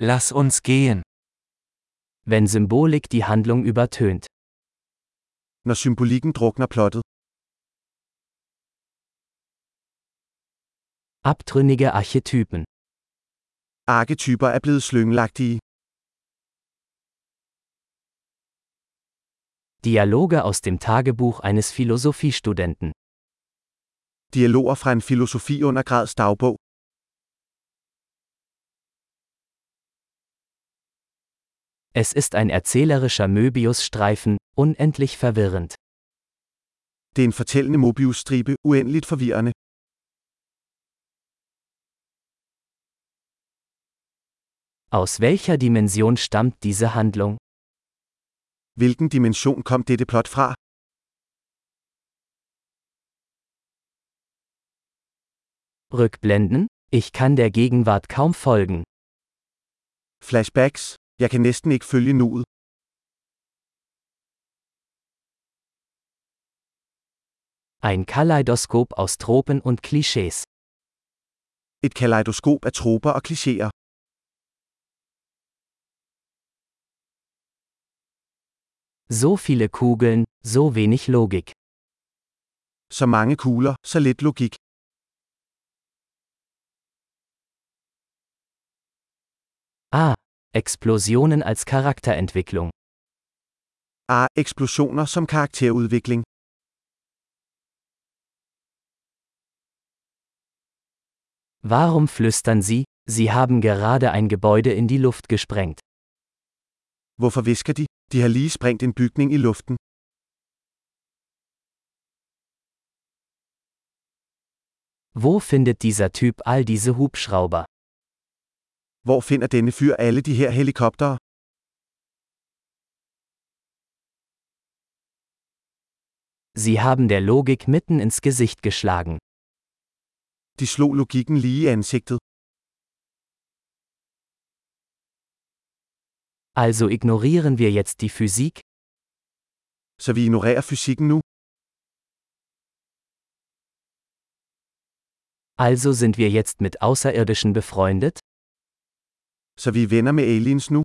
Lass uns gehen. Wenn Symbolik die Handlung übertönt. Når symbolikken drukner plottet. Abtrünnige Archetypen. Arketyper er blevet slyngelagtige. Dialoge aus dem Tagebuch eines Philosophiestudenten. Dialoger fra en filosofiundergrads dagbog. Es ist ein erzählerischer Möbiusstreifen, unendlich verwirrend. Det er en fortællende Mobius-stribe, uendeligt forvirrende. Aus welcher Dimension stammt diese Handlung? Hvilken dimension kom dette plot fra? Rückblenden? Ich kann der Gegenwart kaum folgen. Flashbacks? Jeg kan næsten ikke følge nuet. Ein Kaleidoskop aus Tropen und Klischees. Et kaleidoskop af troper og klichéer. So viele Kugeln, so wenig Logik. Så mange kugler, så lidt logik. Ah, Explosionen als Charakterentwicklung. Ah, eksplosioner som karakterudvikling. Warum flüstern Sie, Sie haben gerade ein Gebäude in die Luft gesprengt? Hvorfor visker de? De har lige sprængt en bygning i luften. Wo findet dieser Typ all diese Hubschrauber? Hvor finder denne fyr alle de her helikoptere? Sie haben der Logik mitten ins Gesicht geschlagen. De slog logikken lige i ansigtet. Also ignorieren wir jetzt die Physik? Så vi ignorerer fysikken nu. Also sind wir jetzt mit Außerirdischen befreundet? Så vi er venner med aliens nu.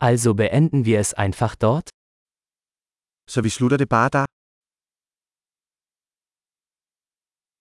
Also beenden wir es einfach dort? Så vi slutter det bare der.